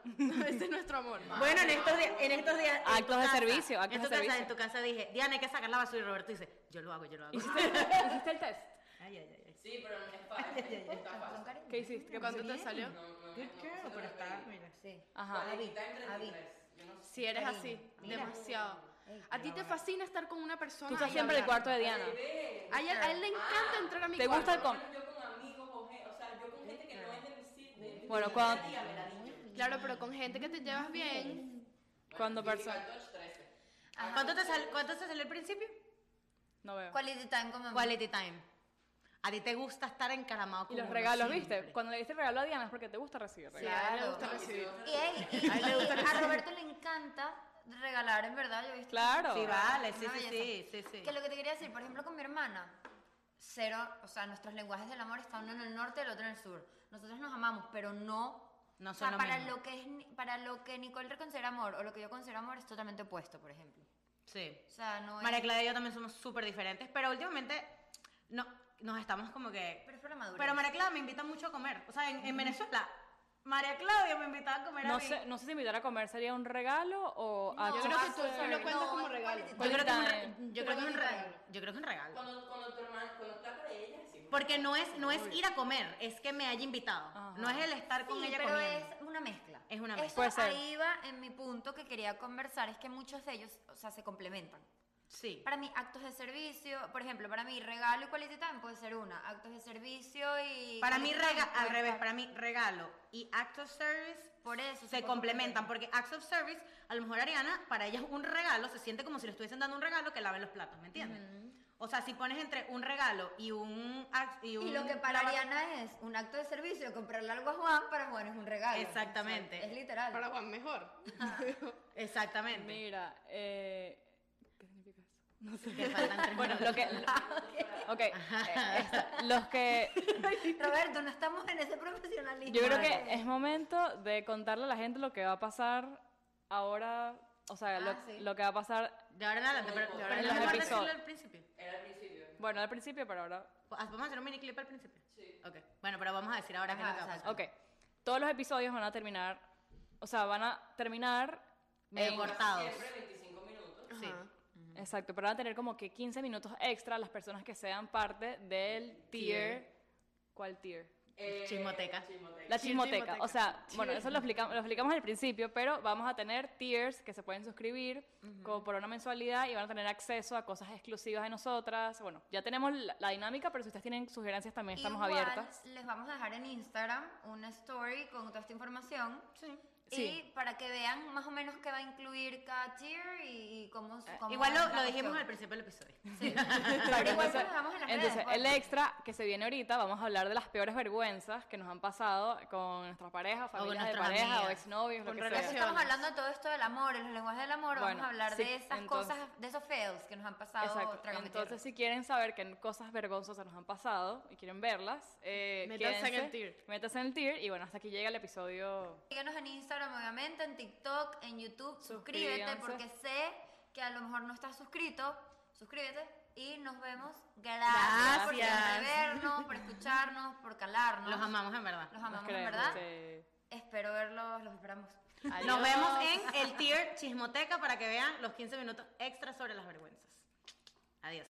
[SPEAKER 2] Ese es nuestro amor.
[SPEAKER 4] Bueno, en estos días, en estos días en
[SPEAKER 3] Actos
[SPEAKER 4] tu
[SPEAKER 3] de
[SPEAKER 4] casa,
[SPEAKER 3] servicio, actos
[SPEAKER 4] en tu
[SPEAKER 3] de
[SPEAKER 4] casa,
[SPEAKER 3] servicio.
[SPEAKER 4] en tu casa dije, Diana, hay que sacar la basura y Roberto dice, yo lo hago, yo lo hago.
[SPEAKER 3] (laughs) ¿Hiciste, hiciste el test?
[SPEAKER 4] Ay, ay, ay, ay.
[SPEAKER 5] Sí, pero no es fácil. Está
[SPEAKER 1] son
[SPEAKER 5] fácil.
[SPEAKER 1] cariño.
[SPEAKER 3] ¿Qué hiciste? ¿Qué
[SPEAKER 2] ¿Cuánto
[SPEAKER 3] pasó?
[SPEAKER 2] te salió?
[SPEAKER 5] No, no, no,
[SPEAKER 4] Good
[SPEAKER 5] no,
[SPEAKER 4] girl,
[SPEAKER 5] no,
[SPEAKER 4] pero
[SPEAKER 5] no,
[SPEAKER 4] está,
[SPEAKER 5] no,
[SPEAKER 4] mira.
[SPEAKER 1] Sí.
[SPEAKER 3] Ajá.
[SPEAKER 5] Está en
[SPEAKER 1] Avi.
[SPEAKER 5] 33. Yo no sé.
[SPEAKER 2] Si eres
[SPEAKER 1] Cariño,
[SPEAKER 2] así,
[SPEAKER 1] mira.
[SPEAKER 2] demasiado.
[SPEAKER 1] Ey,
[SPEAKER 2] A ti te fascina estar con una persona.
[SPEAKER 3] Tú estás
[SPEAKER 2] y
[SPEAKER 3] siempre en el
[SPEAKER 2] hablar.
[SPEAKER 3] cuarto de Diana.
[SPEAKER 5] Bebé.
[SPEAKER 2] A él, a él le encanta entrar a mi
[SPEAKER 3] ¿Te
[SPEAKER 2] cuarto.
[SPEAKER 3] gusta el com?
[SPEAKER 5] Yo con amigos o gen- o sea, yo con gente que no es de mi sitio.
[SPEAKER 3] Bueno, cuando-
[SPEAKER 2] Claro, pero con gente que te llevas bien.
[SPEAKER 3] Cuando persona-
[SPEAKER 1] Ajá.
[SPEAKER 4] ¿Cuánto te, sal- ¿Cuánto te salió al principio?
[SPEAKER 3] No veo.
[SPEAKER 1] Quality time como
[SPEAKER 4] Quality time. A ti te gusta estar encaramado con
[SPEAKER 3] Y los
[SPEAKER 4] uno
[SPEAKER 3] regalos, ¿viste?
[SPEAKER 4] siempre.
[SPEAKER 3] Cuando le diste el regalo a Diana es porque te gusta recibir
[SPEAKER 2] Sí,
[SPEAKER 3] regalos.
[SPEAKER 2] a él le
[SPEAKER 1] Claro.
[SPEAKER 2] gusta recibir.
[SPEAKER 1] Y, ey,
[SPEAKER 4] (laughs)
[SPEAKER 1] y-
[SPEAKER 4] A él le
[SPEAKER 1] y
[SPEAKER 4] gusta
[SPEAKER 1] a Roberto le encanta regalar, en verdad, yo he visto.
[SPEAKER 3] Claro.
[SPEAKER 4] Sí, vale, sí,
[SPEAKER 1] Una
[SPEAKER 4] sí, sí,
[SPEAKER 1] belleza.
[SPEAKER 4] sí, sí.
[SPEAKER 1] Que lo que te quería decir, por ejemplo, con mi hermana, cero, o sea, nuestros lenguajes del amor están uno en el norte y el otro en el sur. Nosotros nos amamos, pero no.
[SPEAKER 4] No
[SPEAKER 1] o sea,
[SPEAKER 4] son lo
[SPEAKER 1] para
[SPEAKER 4] mismo.
[SPEAKER 1] lo que es ni- para lo que Nicole considera amor o lo que yo considero amor es totalmente opuesto, por ejemplo.
[SPEAKER 4] Sí.
[SPEAKER 1] O sea, no es.
[SPEAKER 4] María Clara y yo también somos súper diferentes, pero últimamente no, nos estamos como que...
[SPEAKER 1] Pero es por la madurez.
[SPEAKER 4] Pero María Clara me invita mucho a comer. O sea, en, en Venezuela, María Claudia me invitaba a comer a
[SPEAKER 3] No
[SPEAKER 4] mí.
[SPEAKER 3] sé, no sé si invitar a comer sería un regalo o ah, a
[SPEAKER 2] Yo creo que tú-
[SPEAKER 1] hacer-
[SPEAKER 2] tú lo cuentas como
[SPEAKER 1] es
[SPEAKER 2] regalo.
[SPEAKER 1] quality
[SPEAKER 4] Yo creo, que es un re-
[SPEAKER 3] Time.
[SPEAKER 4] yo creo que es un
[SPEAKER 1] Quality
[SPEAKER 4] regalo. Yo creo que es un regalo.
[SPEAKER 5] Cuando, cuando tu hermana, cuando está con ella, sí.
[SPEAKER 4] Porque no es, no es ir a comer, es que me haya invitado.
[SPEAKER 3] Ajá.
[SPEAKER 4] No es el estar con
[SPEAKER 1] Sí,
[SPEAKER 4] ella
[SPEAKER 1] pero
[SPEAKER 4] comiendo.
[SPEAKER 1] es una mezcla.
[SPEAKER 4] Es una mezcla.
[SPEAKER 1] Eso
[SPEAKER 3] Puede ser.
[SPEAKER 1] ahí va en mi punto que quería conversar, es que muchos de ellos, o sea, se complementan.
[SPEAKER 4] Sí.
[SPEAKER 1] Para mí, actos de servicio, por ejemplo, para mí, regalo y quality time puede ser una. Actos de servicio y.
[SPEAKER 4] Para mí,
[SPEAKER 1] quality time
[SPEAKER 4] rega- al
[SPEAKER 1] puede
[SPEAKER 4] revés,
[SPEAKER 1] estar.
[SPEAKER 4] para mí, regalo y act of service
[SPEAKER 1] Por eso.
[SPEAKER 4] se complementan. Porque acts of service, a lo mejor Ariana, para ella es un regalo, se siente como si le estuviesen dando un regalo que laven los platos, ¿me entiendes? O sea, si pones entre un regalo y un. act- Y, un
[SPEAKER 1] Y lo que para
[SPEAKER 4] lava-
[SPEAKER 1] Ariana es un acto de servicio, comprarle algo a Juan, para Juan es un regalo.
[SPEAKER 4] Exactamente.
[SPEAKER 1] O sea, es literal.
[SPEAKER 2] Para Juan, mejor.
[SPEAKER 4] Exactamente.
[SPEAKER 3] Mira, eh, ¿qué significa eso?
[SPEAKER 4] Que faltan tres
[SPEAKER 3] Bueno, lo
[SPEAKER 4] minutos. (laughs)
[SPEAKER 3] que... Ok, eh, esta- los que...
[SPEAKER 1] Roberto, no estamos en ese profesionalismo.
[SPEAKER 3] Yo creo que es momento de contarle a la gente lo que va a pasar ahora, o sea,
[SPEAKER 1] Ah,
[SPEAKER 3] lo,
[SPEAKER 1] sí.
[SPEAKER 3] lo que va a pasar,
[SPEAKER 4] De ahora en adelante, pero,
[SPEAKER 5] De
[SPEAKER 3] ahora
[SPEAKER 4] pero
[SPEAKER 3] en
[SPEAKER 4] no me
[SPEAKER 3] adelante.
[SPEAKER 4] acuerdo decirlo
[SPEAKER 3] Episodio.
[SPEAKER 4] al principio.
[SPEAKER 5] Era al principio.
[SPEAKER 3] bueno, al principio, pero ahora
[SPEAKER 4] Ah, Vamos a hacer un mini clip al principio.
[SPEAKER 5] Sí.
[SPEAKER 4] Ok. Bueno, pero vamos a decir ahora qué es
[SPEAKER 1] Ajá,
[SPEAKER 4] lo que va a
[SPEAKER 1] exacto.
[SPEAKER 4] pasar. Eh,
[SPEAKER 3] Ok, todos los episodios van a terminar, o sea, van a terminar...
[SPEAKER 4] Medio
[SPEAKER 3] en-
[SPEAKER 4] cortados.
[SPEAKER 5] Siempre 25 minutos.
[SPEAKER 4] Sí.
[SPEAKER 2] Ajá.
[SPEAKER 3] Exacto, pero van a tener como que 15 minutos extra las personas que sean parte del tier. ¿Cuál tier?
[SPEAKER 5] Eh,
[SPEAKER 4] Chismoteca.
[SPEAKER 5] Chismoteca.
[SPEAKER 3] La
[SPEAKER 2] Tier
[SPEAKER 3] chismoteca. O
[SPEAKER 2] chismoteca.
[SPEAKER 3] sea, bueno, eso lo explicamos, lo explicamos al principio, pero vamos a tener tiers que se pueden suscribir como por una mensualidad y van a tener acceso a cosas exclusivas de nosotras. Bueno, ya tenemos la, la dinámica, pero si ustedes tienen sugerencias también estamos
[SPEAKER 1] Igual,
[SPEAKER 3] abiertas.
[SPEAKER 1] Les vamos a dejar en Instagram una story con toda esta información. Sí. Y
[SPEAKER 3] Sí.
[SPEAKER 1] para que vean más o menos qué va a incluir cada tier y, y cómo, cómo
[SPEAKER 4] Eh, Igual
[SPEAKER 1] es
[SPEAKER 4] lo,
[SPEAKER 1] la
[SPEAKER 4] lo dijimos
[SPEAKER 1] cuestión.
[SPEAKER 4] al principio del episodio.
[SPEAKER 1] Sí. Pero igual
[SPEAKER 3] entonces,
[SPEAKER 1] nos dejamos en las redes,
[SPEAKER 3] entonces,
[SPEAKER 1] pues.
[SPEAKER 3] el extra que se viene ahorita, vamos a hablar de las peores vergüenzas que nos han pasado con nuestras parejas,
[SPEAKER 4] con
[SPEAKER 3] familias de
[SPEAKER 4] nuestras
[SPEAKER 3] pareja o
[SPEAKER 4] amigas.
[SPEAKER 3] exnovios, lo
[SPEAKER 2] Con
[SPEAKER 3] que sea.
[SPEAKER 1] Ya que estamos
[SPEAKER 2] relaciones.
[SPEAKER 1] hablando de todo esto del amor, de los lenguajes del amor, vamos
[SPEAKER 3] Bueno,
[SPEAKER 1] a hablar
[SPEAKER 3] sí,
[SPEAKER 1] de esas
[SPEAKER 3] entonces-
[SPEAKER 1] cosas, de esos fails que nos han pasado.
[SPEAKER 3] Exacto.
[SPEAKER 1] trágame tierra.
[SPEAKER 3] Entonces, si quieren saber qué cosas vergonzosas nos han pasado y quieren verlas, eh,
[SPEAKER 2] Métanse en
[SPEAKER 3] quédense,
[SPEAKER 2] el tier.
[SPEAKER 3] Métanse en el tier. Y bueno, hasta aquí llega el episodio.
[SPEAKER 1] Síguenos en Instagram, obviamente, en TikTok, en YouTube. Suscríbete
[SPEAKER 3] Suscríbanse.
[SPEAKER 1] porque sé que a lo mejor no estás suscrito. Suscríbete y nos vemos. Gracias, por
[SPEAKER 4] Gracias.
[SPEAKER 1] siempre vernos, por escucharnos, por calarnos.
[SPEAKER 4] Los amamos en verdad.
[SPEAKER 1] Los
[SPEAKER 3] Nos
[SPEAKER 1] amamos,
[SPEAKER 3] queremos,
[SPEAKER 1] ¿verdad?
[SPEAKER 3] sí.
[SPEAKER 1] Espero verlos, los esperamos.
[SPEAKER 4] Nos vemos en el tier chismoteca para que vean los 15 minutos extra sobre las vergüenzas. Adiós.